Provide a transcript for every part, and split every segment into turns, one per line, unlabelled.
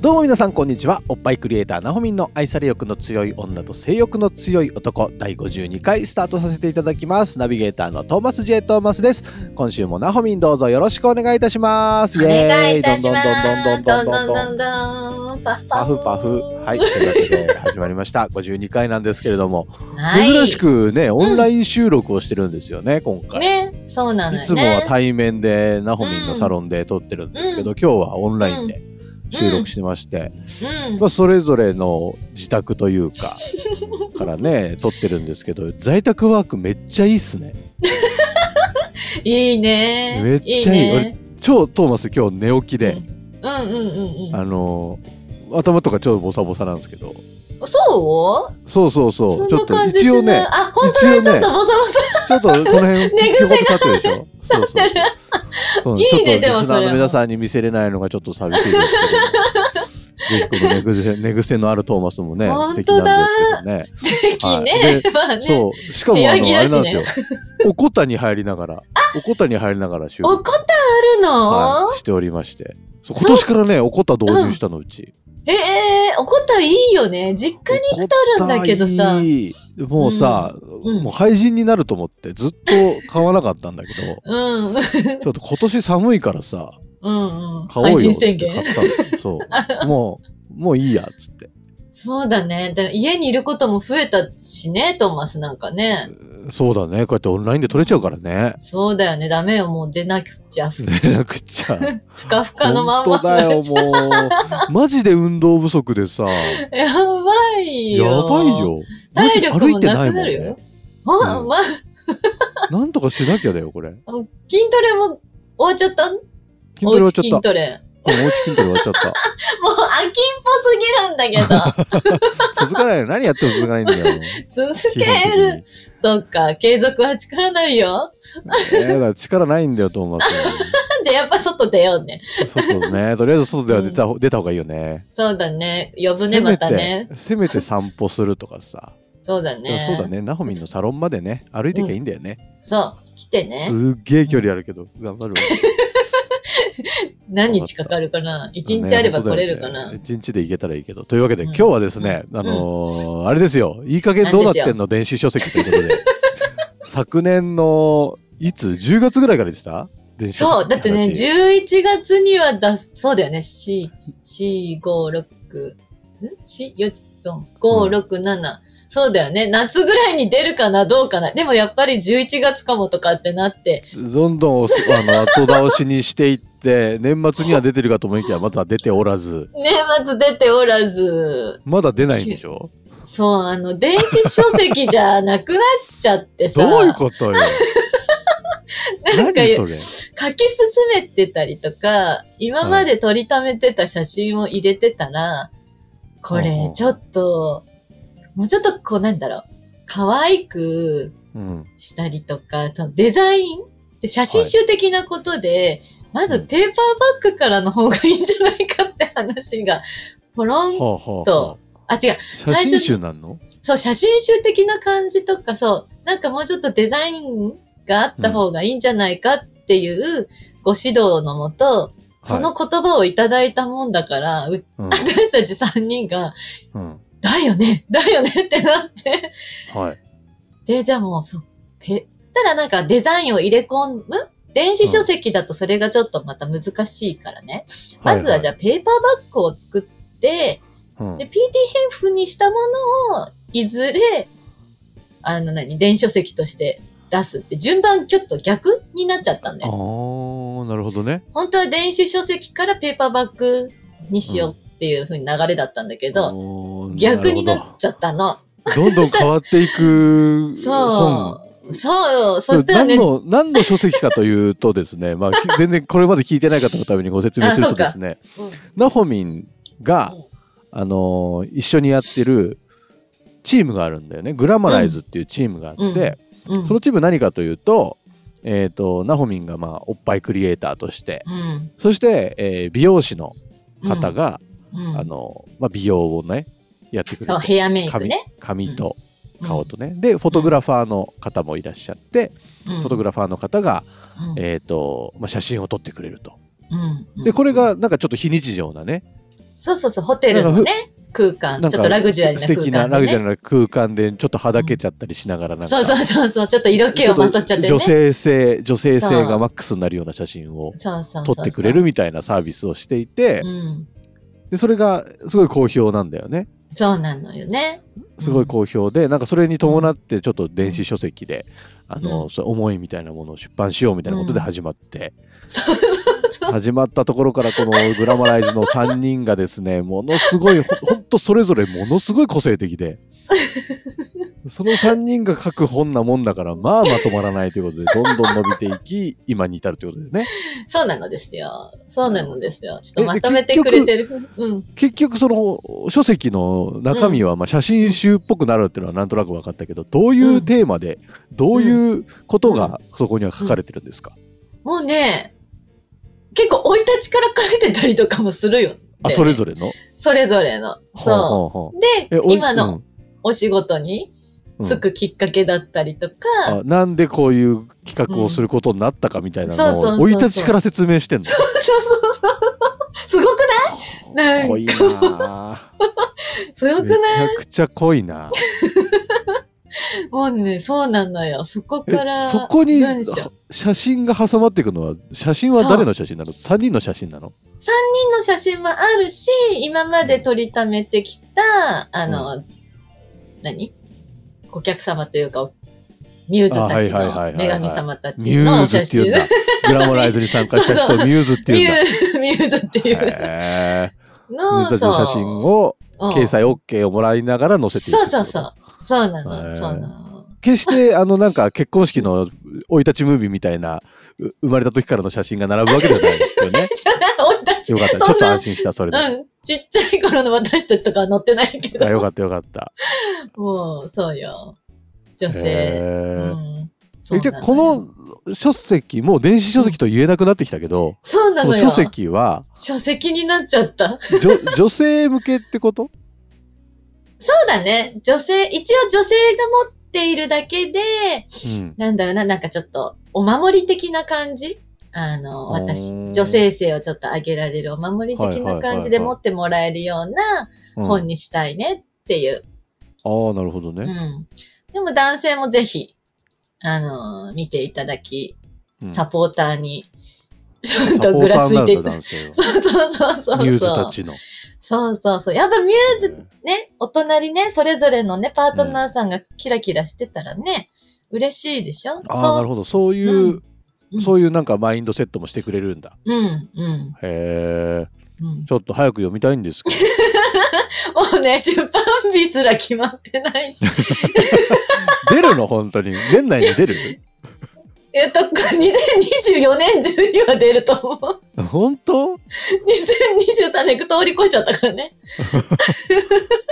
どうも皆さんこんにちはおっぱいクリエイターなほみんの愛され欲の強い女と性欲の強い男第52回スタートさせていただきますナビゲーターのトーマス J トーマスです今週もなほみんどうぞよろしくお願いいたします
お願いいたします。
ど
ど
ん
ん
ど
ど
ん
ん
どんどんどんどんどん
どんどん。パフ
パフパフはいというわけで始まりました52回なんですけれども、
はい。
珍しくねオンライン収録をしてるんですよね今回、
ね、そうなの
い
よ
つも
ね
は。対面でなほみんのサロンで撮ってるんですけど、今日はオンラインで収録してまして、
うん
まあ、それぞれの自宅と いうかからね撮ってるんですけど在宅ワークめっちゃいいっすね
いいね。
めっちゃいい
ね
超トーマス今日寝起きで、
うんうんうんう
あのー頭とか超ボサボサなんですけど
ん。そう
そうそうそう
そん
ちょ
な
っと
感じ
一
し
応
ない。
ね
あ、本当だ、
一応
ちょ
ね
っとボサボサ。
ちょっとこの辺 ピ
寝
コ
癖
ピコって立ってるでしょそうそうそうそう
いいね
ちょっとリスナー
でもそれ
の
も
皆さんに見せれないのがちょっと寂しいですけどぜひこの寝癖寝癖のあるトーマスもね素
本
敵
当だ
なんですけどね
素敵
はい
ね
で。
まあね。
そう。しかも、あの、あ
部屋
れ
着
なん
だしね
ですよ。おこたに入りながら、おこたに入りながら収
お
録、
こたあるの
はいしておりまして。そう今年からね、おこた導入したの、うち。
ええ、おこたいいよね。実家に行くとあるんだけどさ。
いいもうさ、
うん、
もう廃人になると思って、ずっと買わなかったんだけど
うん。
ちょっと今年寒いからさ、
うんうん。
買おうよ
配
っ
信
つっ
宣
て買
言
ったの。 そう。もう、もういいや、っつって。
そうだね。で家にいることも増えたしね、トーマスなんかね。。
そうだね。こうやってオンラインで撮れちゃうからね
そうだよね。ダメよ。もう出なくちゃ。ふ
出なくっ ちゃ。
かふかのまんま
本当
に
だよ
なっ、ちゃ
もう。マジで運動不足でさ。
う。 やばい
や
よ。
ばい。よ。マジ
体力もなくな
歩い
るよ
てないもんね
あ、
うん
まあ、
なんとかしなきゃだよ、これ。
筋トレも終わっちゃった
筋トレ終わっち
おうち
ゃ
筋
った。
トレ。
おうち筋トレ終わっちゃっ
もう飽きっぽすぎるんだけ ど。
た。続かないよ。何やっても続かないんだ よ。
続ける。そっか、継続は力なるよ。
基本的に。えーだから力ないんだよ、トーマス。
じゃあやっぱ外出ようね。
そうそうね。とりあえず外では出た,、出た方がいいよね。
そうだね。呼ぶね、またね。
せめ て散歩するとかさ。
そうだ
でも
ね。
そうだ。ね。ナホミンのサロンまでね、歩いてきゃいいんだよね。
そう、来てね。
すっげえ距離あるけど、頑張るわ。
何日かかるかな一日あれば来れるかな、
ね一、日で行けたらいいけど。というわけで、
うん
今日はですね、あのーあれですよ、いい加減どうなってんの電子書籍ということで。昨年の、いつ ?10 月ぐらいからでした電子書籍の
そ
話
う、だってね、11月には出す、そうだよね、4、4、5、6、ん ?4、4、4、5、6、7。そうだよね。夏ぐらいに出るかな、どうかな。でもやっぱり11月かもとかってなって。
どんどんおすあの後倒しにしていって、年末には出てるかと思いきや、まだ出ておらず、
年末出ておらず。
まだ出ないんでしょ
そう、あの、電子書籍じゃなくなっちゃって さ。
どういうことよ。
なんか、
何それ
書き進めてたりとか、今まで撮りためてた写真を入れてたら、こ
うんう
れ
ん
ちょっと、もうちょっとこうなんだろう、可愛く
うん。
したりとか、そのデザインって写真集的なことで、まずペーパーバッグからの方がいいんじゃないかって話が、ポロン、
はあはあはあ
とあ、違う、
写真集なんの
そう、写真集的な感じとか、そう、なんかもうちょっとデザインがあった方がいいんじゃないかっていうご指導のもと、その言葉をいただいたもんだから、う
うん。
私たち3人が、
うん。
だよねだよねってなって。
はい。
で、じゃあもう、そ、ペ、そしたらなんかデザインを入れ込む電子書籍だとそれがちょっとまた難しいからね。まずはじゃあペーパーバッグを作って、
あ、うん
で、PT 変譜にしたものを、いずれ、あの何、電子書籍として出すって、順番ちょっと逆になっちゃったんだ
あ
よ。
ーなるほどね。
本当は電子書籍からペーパーバッグにしようっていう風に流れだったんだけど、
おー
逆になっちゃったの。
なるほどどんどん変わっていく
そ
本
う。そう、そしたらね、
何の、何の書籍かというとですね、まあ、 き全然これまで聞いてない方のためにご説明するとですね、
うん
ナホミンが、あのー一緒にやってるチームがあるんだよね。グラマライズっていうチームがあって、
うん
そのチーム何かというと、えっ、と、ナホミンがまあ、おっぱいクリエイターとして、
うん
そして、えー美容師の方が、
うん
あのーまあ、美容をね、やってくれ
そう、
て、
ヘアメイク
髪
ね。
髪と
うん
顔とね、で、フォトグラファーの方もいらっしゃって、
うん
フォトグラファーの方が、
うん
えーとまあ、写真を撮ってくれると。
うん
でこれがなんかちょっと非日常なね
そうそうそう、ホテルのね、空間
な。ん
ち
か
ょっとラグジュアリ
素
ー
敵
な
な
空間
ラ
で
グジュア
ね。
リーな空間でちょっとはだけちゃったりしながらなんか
そうそうそうそう、ちょっと色気をまとっちゃって
ちょっ
ね。
と女性性女性性
そ
が
う
マックスになるような写真を
そうそうそう
撮
そう。
ってくれるみたいなサービスをしていて
うん。
でそれがすごい好評なんだよね
そうなのよね。
すごい好評でなんかそれに伴ってちょっと電子書籍であのそう思いみたいなものを出版しようみたいなことで始まって
そうそう そう。
始まったところからこのグラマライズの3人がですねものすごいほほんとそれぞれものすごい個性的でその3人が書く本なもんだからまあまとまらないということでどんどん伸びていき今に至るということでね
そうなのですよ。そうなのですよ。ちょっとまとめてくれてる。うん。
結局その書籍の中身はまあ写真集っぽくなるっていうのはなんとなく分かったけどどういうテーマでどういうことがそこには書かれてるんですか、
もうね、結構生い立ちから書いてたりとかもするよね。
あそれぞれの
それぞれの。
ほう
そ
ほうほう
う。で
え、おい
今
う
の
ん
お仕事に就くきっかけだったりとか、
あなんでこういう企画をすることになったかみたいな
うんそうそう
の
そう
を
そう
生い立ちから説明してんの。
そうそうそう。すごくないなん
濃い
か、
なぁ。
すごく
めち
ない
ゃくちゃ濃いなぁ。
もうね、そうなのよ。そこから、
えそこに
文章。3
写真が挟まっていくのは、写真は誰の写真なの ?3 人の写真なの
人の写真もあるし、今まで撮りためてきた、あの、何お客様というか、ミューズたち
あはいはいはいはいは
の
い
女神様た
ミ
ち
ュ
の
ー
お
ズっ
写
ていうん
真。
だ。 グラマライズに参加した
そうそ
人、
う
ミューズって
ミ
いうんだ。
ュミューズってい
へ
う
ーミュー
の、
ズたちの写真を
そう
掲載 OK をもらいながら載せていく
そうそうそう。そうな
へー
の、そうなの。
決してあのなんか結婚式の生い立ちムービーみたいなう生まれた時からの写真が並ぶわけじゃないですよ ね。
じゃあ、俺たち、
よかった。ち
そん
ょ
な
っと安心した、それで。
うん、ちっちゃい頃の私たちとかは載ってないけ
あよ
ど、
かった、よかった。
もう、そうよ。女
へ
性。う
ー
ん。
えじゃあ、この書籍、もう電子書籍と言えなくなってきたけど、
そうな
この
のよ。
書籍は、
書籍になっちゃった。そ
じょ女性向けって こと
うだね。女性、一応女性が持っているだけで、
うん。
なんだろうな、なんかちょっと、お守り的な感じあの、
うー
私、
ん
女性性をちょっと上げられるお守り的な感じで
はいはいはいはい
持ってもらえるような
うん
本にしたいねっていう。
ああ、なるほど
う
ね。
ん。でも男性もぜひ、あの、見ていただき、
うん
サポーターに、ちょっ
サ
と
ポ
ぐ
ータ
ら
ー
つ
にない
て
る
い
ん
た
だ
だ
男性は
そうそうそうそうそう。
ミューズたちの。
そうそうそう。やっぱミューズね、お隣ね、それぞれのね、パートナーさんがキラキラしてたらね、嬉しいでしょ
ああ、なるほど。そういう、
うん
そういうなんかマインドセットもしてくれるんだ。
う。うん、うん、
へえ。
うん。
ちょっと早く読みたいんですけど。
もうね、出版日すら決まってないし。
出るの本当に。年内に出る
えっと、2024年中には出ると思う。
本当
2023年通り越しちゃったからね。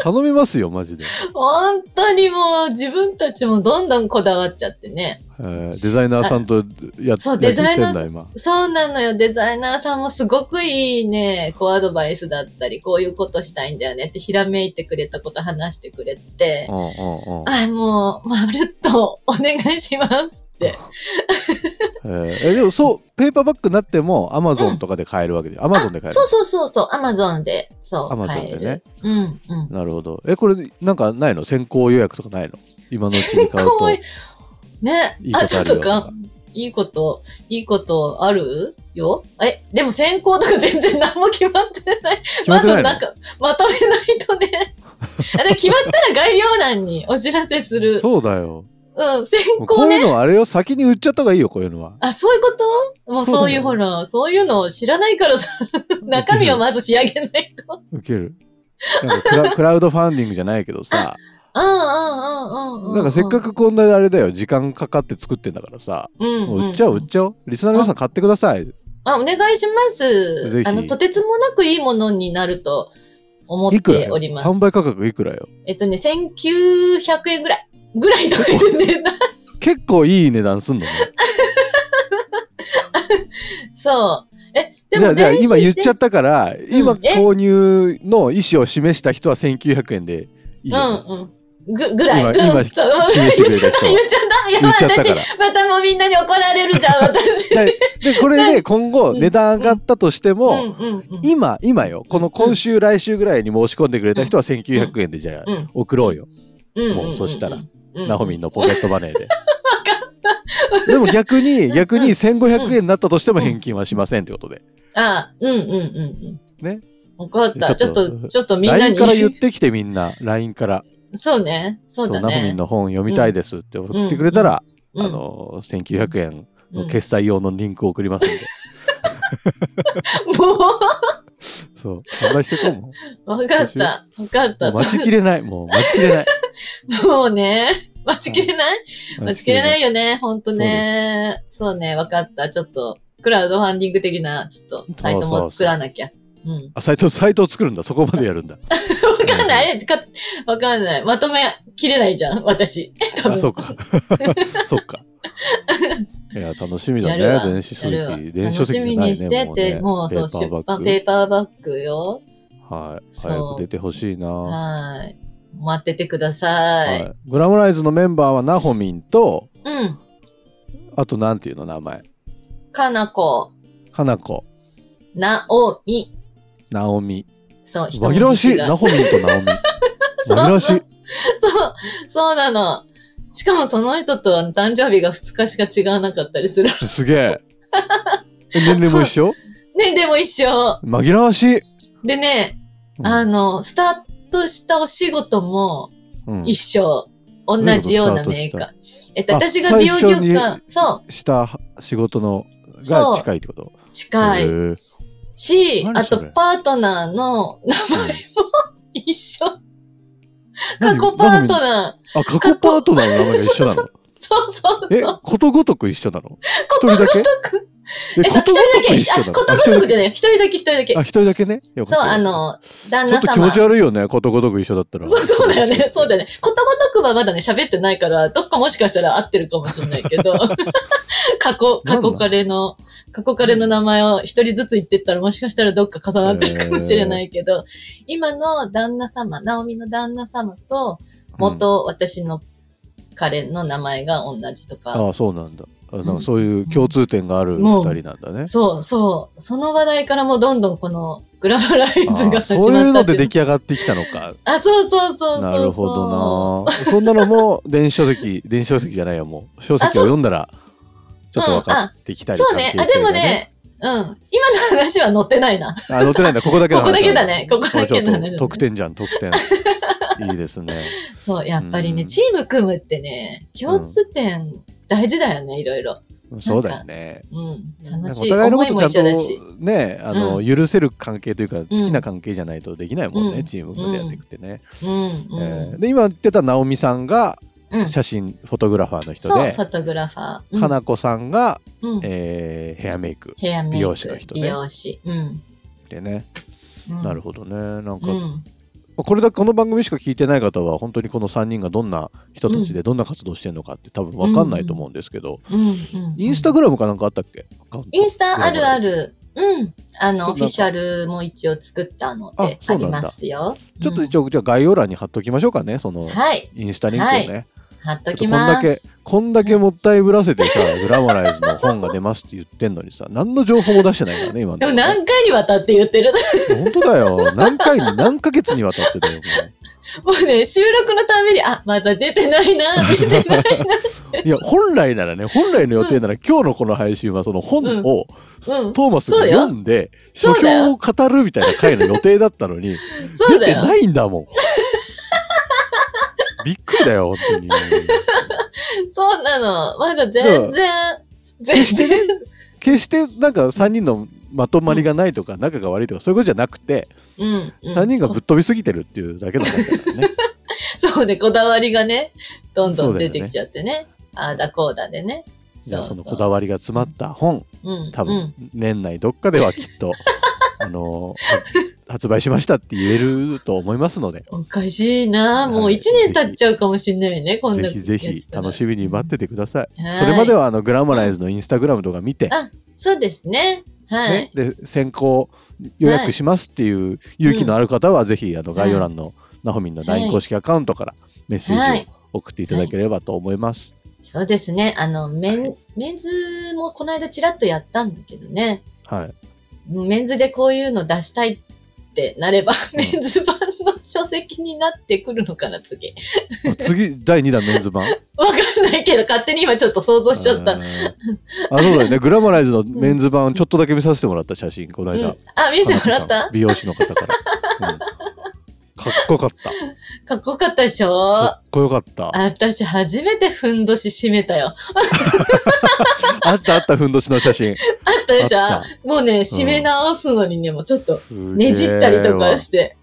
頼みますよ、マジで。
本当にもう自分たちもどんどんこだわっちゃってね。
えーデザイナーさんとやっ
そう
やってき
デザイナーさん
てんだ今
そうなのよ。デザイナーさんもすごくいいね、こうアドバイスだったり、こういうことしたいんだよねってひらめいてくれたこと話してくれて、
うんうんうん
あ、もう、まるっとお願いしますって。
えーえでもそうペーパーバッグになってもアマゾンとかで買えるわけでアマゾンで買える
そうそうそうそう、アマゾンで、そう、
Amazon
買える。
でね
うん、うん。
なるほどえこれなんかないの先行予約とかないの今のうちに買う
かわいい
と。
ね、
いい
あ、
こと
ちょ
あ
っ
るよ
とか、いいこと、いいことあるよえ、でも選考とか全然何も決まってない。
決ま
ま
って
ず
ないの
なんか、まとめないとね。 あでも決まったら概要欄にお知らせする。
そうだよ
うん、先
もうこ
行
う
ね。
いうのあれを先に売っちゃった方がいいよこういうのは
あ、そういうこともう
そう
そう
だ
い
よ
うほら、そういうのを知らない からさ、中身をまず仕上げないと。
ウケるなんかクラクラウドファンディングじゃないけどさ
うんうんうんうんうん。
なんかせっか
く、
くこんなあれだよ時間かかって作ってんだからさ、
うん
もう
うん、
売っちゃおう売っちゃおうリスナーの皆さん買ってください
あ、お願いします。
ぜひ
あの、とてつもなくいいものになると思っ
いくら
て
よ
おります
販。売価格いくらよ
えっとね、1900円ぐらい。ぐらいとか言ってね。 な
結構いい値段すんのね
そう。え、
じ
で
ゃ
も
あじゃあ
電子
今言っちゃっ
電
たから、今
うんえ
購入の意思を示した人は1900円でいい
子
よね、
うんうん。ぐ、ぐらい。
今
うん
今
そううん
示してく
言っ
れ
ちゃ
た
った、
人
言っちゃ
言っ
った。や
ちゃった
私
から、
またもうみんなに怒られるじゃん、私。
ででこれで今後
うん
値段上がったとして
う
も、
んうんうん。
今今よこの今週、来週ぐらいに申し込んでくれた人は1900円でじゃあ、
うん
送ろうよ、
うんんんん
もうそしたら、
うん
ナホミンのポケットマネーで。でも逆に逆に1500円になったとしても返金はしませんってことで
ああ、うんうんうんうん。
ね。
わかった。ち
ち
ょ
ょ
っ
っ
と、
と
ちょっとみんな
LINE
に。
から言ってきてみんな LINE から
そうね。そうだ
ナホミン
ね。
の本読みたいですって送ってくれたら、
うん
あの1900円
う
の
ん
決済用のリンクを送りますんで、
も
そう販売してこうも
う、わかった。わかっ
うも
た。
う待ちきれ ないもう待ちきれない
もうね。待ちきれない待ちきれないよね。ほんとね。そうね。わかった。ちょっと、クラウドファンディング的な、ちょっと、サイトも作らなきゃ。うん。
あサイトサイトを作るんだそこまでやるんだ
わかんないかわかんない。まとめきれないじゃん、私。
あ
多分。
そう かそうかいや楽しみだ
やるわ。
ね電子書
や
籍
る
電
わ
子
楽
書籍
し
じゃ
み
ないね
にしてて、も
ね
うそう、
ペ
出
ーパーバッ
版、
グ
ペーパーバッグよ。
はい
そう
早く出てほしいな、
はい。待っててください。
はいグラムライズのメンバーはナホミンと
うん。
あとなんていうの名前
かなこ、
かなこ
なおみ。
ナオミ
そう、人
紛らわしい
が
ナホミンとナオミ紛らわしい
そう、そうなの。しかもその人とは誕生日が2日しか違わなかったりする。
すげえ。え年齢も一緒
年齢も一緒。
紛らわしい。
でね、
うん
あの、スタートしたお仕事も
うん
一緒。同じようなメーカー。えっと、
あ
私が美容業
最初
界、そ
した仕事の
そう
が近いってこと
う、近
へ
い
ー
し、
何
あと
それ
パートナーの名前も一緒。 過
何
去パート
何
ナー。
あ、過去パートナーの名前が一緒なの
そうそう
え
そう。、
ことごとく一緒なの一人だけえ
えっと、一人だけ、あ、ことごとくじゃ
ゃ
ない。一人だけ、一人だけ
あ、。一人だけね。よかった
そう、あ、の、旦
ちょ
那
っと気
様。
持ち
そう、
悪いよね。ことごとく一緒だったら。
そうだよね。 そうだよね。ことごとくはまだね、喋ってないから、どっかもしかしたら合ってるかもしれないけど。 過去、過去彼の、過去彼の名前を一人ずつ言ってったら、もしかしたらどっか重なってるかもしれないけど、今の旦那様、直美の旦那様と、元、私の彼の名前が同じとか。
あ、そうなんだ。あなんかそういう共通点がある二人なんだね。
そうそう。その話題からもうどんどんこのグラバライズが
あそ
始
うい
ま
う
った
の
っ
で
ていう。
出来上がってきたのか。
あ、そうそうそうそうそう。
なるほどな。そんなのも電子書籍、電子書籍じゃないよ、もう。書籍を読んだら、ちょっと分かってきたり、
そうね。あ、
関係
で
性
も
が。
ね、うん。今の話は載ってないな。
あ、載ってないんだ。ここだけの話
ここだけだねここだけの話だね
これちょっと得点じゃん、得 点。いいですね。
そう、やっぱりね、
うん
チーム組むってね、共通点大事だよね、いろいろ。
そうだよね。
うん。
なんか
楽
お
しい。
互いの
思
こ
いも
と
一
ちゃ
緒
ん
だし。
とね、あの、許せる関係というか、好きな関係じゃないとできないもん
う
ね、
ん
チームでやっていくってね。
うん、うん。
えーで、今言ってた直美さんが
うん
写真、フォトグラファーの人
そう、
で
フ、ォトグラファー。うん
かなこさんが、
うん
えーヘアメイク
ヘアメイク。
美容師の人ね
美容師。うん。
でね。
うん
なるほどね。なんか
う、ん。
まあこれだけこの番組しか聞いてない方は本当にこの3人がどんな人たちでどんな活動してるのかって多分わかんないと思うんですけど、
うん。うん。
インスタグラムかなんかあったっけアカウント
インスタあるある。うん。あ
なん
の、
か
フィシャルも一応作ったので
あ
あ
そう
り
なんだ
ますよ。
ちょっと
うん
一応じゃあ概要欄に貼っときましょうかねその
はい。
インスタリンクをね、
貼っときます。
こんだけもったいぶらせて さグラマライズの本が出ますって言ってんのにさ何の情報も出してないからね今の
でも何回にわたって言ってる。
本当だよ何回に何ヶ月にわたってだよも
もうね、収録のために、あ、まだ出てな いな、出てない。
うい や本来ならね本来の予定なら今日のこの配信はその本を、
うん。
トーマスが
そうよ
読んで書
そうだよ
評を語るみたいな回の予定だったのに
そうだ
出て
よ。
ないんだもん。びっくりだよ、本当に。
そうなの。まだ全然、全然。
決してなんか3人のまとまりがないとか仲が悪いとかそういうことじゃなくて、
うん。うん
3人がぶっ飛びすぎてるっていうだけの話だからね。
そうね、こだわりがね、どんどん出てきちゃってね。ああだこうだでね。
じ
そ
ゃあ
うそ。
そうのこだわりが詰まった本
うん、
多
うん
分年内どっかではきっと あのは発売しましたって言えると思いますので
おかしいな。もう一年経っちゃうかもしれないね、こんな
ぜひぜひ楽しみに待っててください
み。
それまで
は
はあのグラマライズのインスタグラムとか見て、
あい。そうですね。はい。
ね、で先行予約しますっていう勇気のある方はぜひあの概要欄のなほみんの LINE 公式アカウントからメッセー
は
ジ
い
を送っていただければと思います。
そうですね。あの、メン、メンズもこの間ちらっとやったんだけどね。
はい、
メンズでこういうの出したいってなれば、メンズ版の書籍になってくるのかな、次。
あ次第2弾メンズ版
わかんないけど、勝手に今ちょっと想像しちゃった。
えーあそうだよねグラマライズのメンズ版ちょっとだけ見させてもらった写真この
うん
間、、
あ、見せてもらった
美容師の方から、うんかっこよかった
かっこよかったでしょ
かっこよかったあ
私初めてふんどし締めたよ。
ったあったふんどしの写真
あったでしょ
あっ
もうね、締め直すのにね、もうちょっと
すげえ
ねじったりとかして、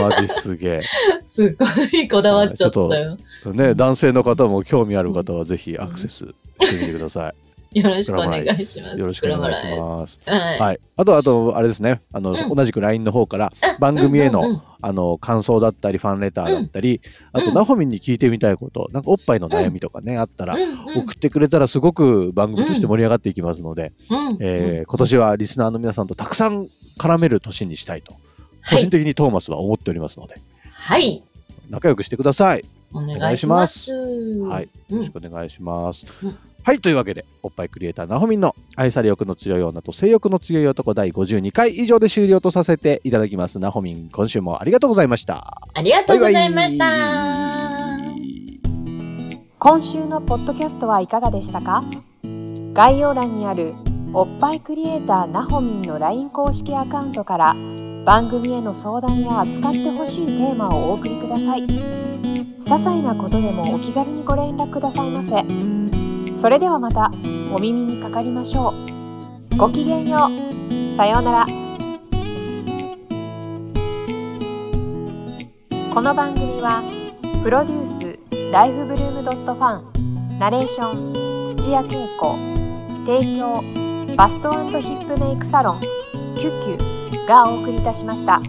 わマジすげえ
すごいこだわっちゃったよ。
ね、男性の方も興味ある方はぜひアクセスしてみてください。
よろしく
グ
お
ラマラ
願
イ
い
ズ
します。
よろしくお願いし
す。
ます。
はい。
はい。あと、あと、あれですね。あの、
うん
同じく LINE の方から、番組への、
うんうんうん
あの、感想だったり、ファンレターだったり、
う
あ
ん
と、
うん
ナホミンに聞いてみたいこと、なんかおっぱいの悩みとかね、あったら、
うんうん
送ってくれたらすごく番組として盛り上がっていきますので、
うん
えー今年はリスナーの皆さんとたくさん絡める年にしたいと、個人
はい。
的にトーマスは思っておりますので、
はい。
仲良くしてください。
お願いします。
はい。
う
よ
ん
ろしくお願いします。
うん
はい、というわけで、おっぱいクリエイター、なほみんの愛され欲の強い女と性欲の強い男第52回以上で終了とさせていただきます。なほみん、今週もありがとうございました。
ありがとうございました。
今週のポッドキャストはいかがでしたか概要欄にあるおっぱいクリエイターなほみんの LINE 公式アカウントから番組への相談や扱ってほしいテーマをお送りください些細なことでもお気軽にご連絡くださいませそれではまたお耳にかかりましょうごきげんようさようならこの番組は「プロデュースライフブルームドットファンナレーション土屋恵子提供バストヒップメイクサロン「キュッキュ」がお送りいたしました。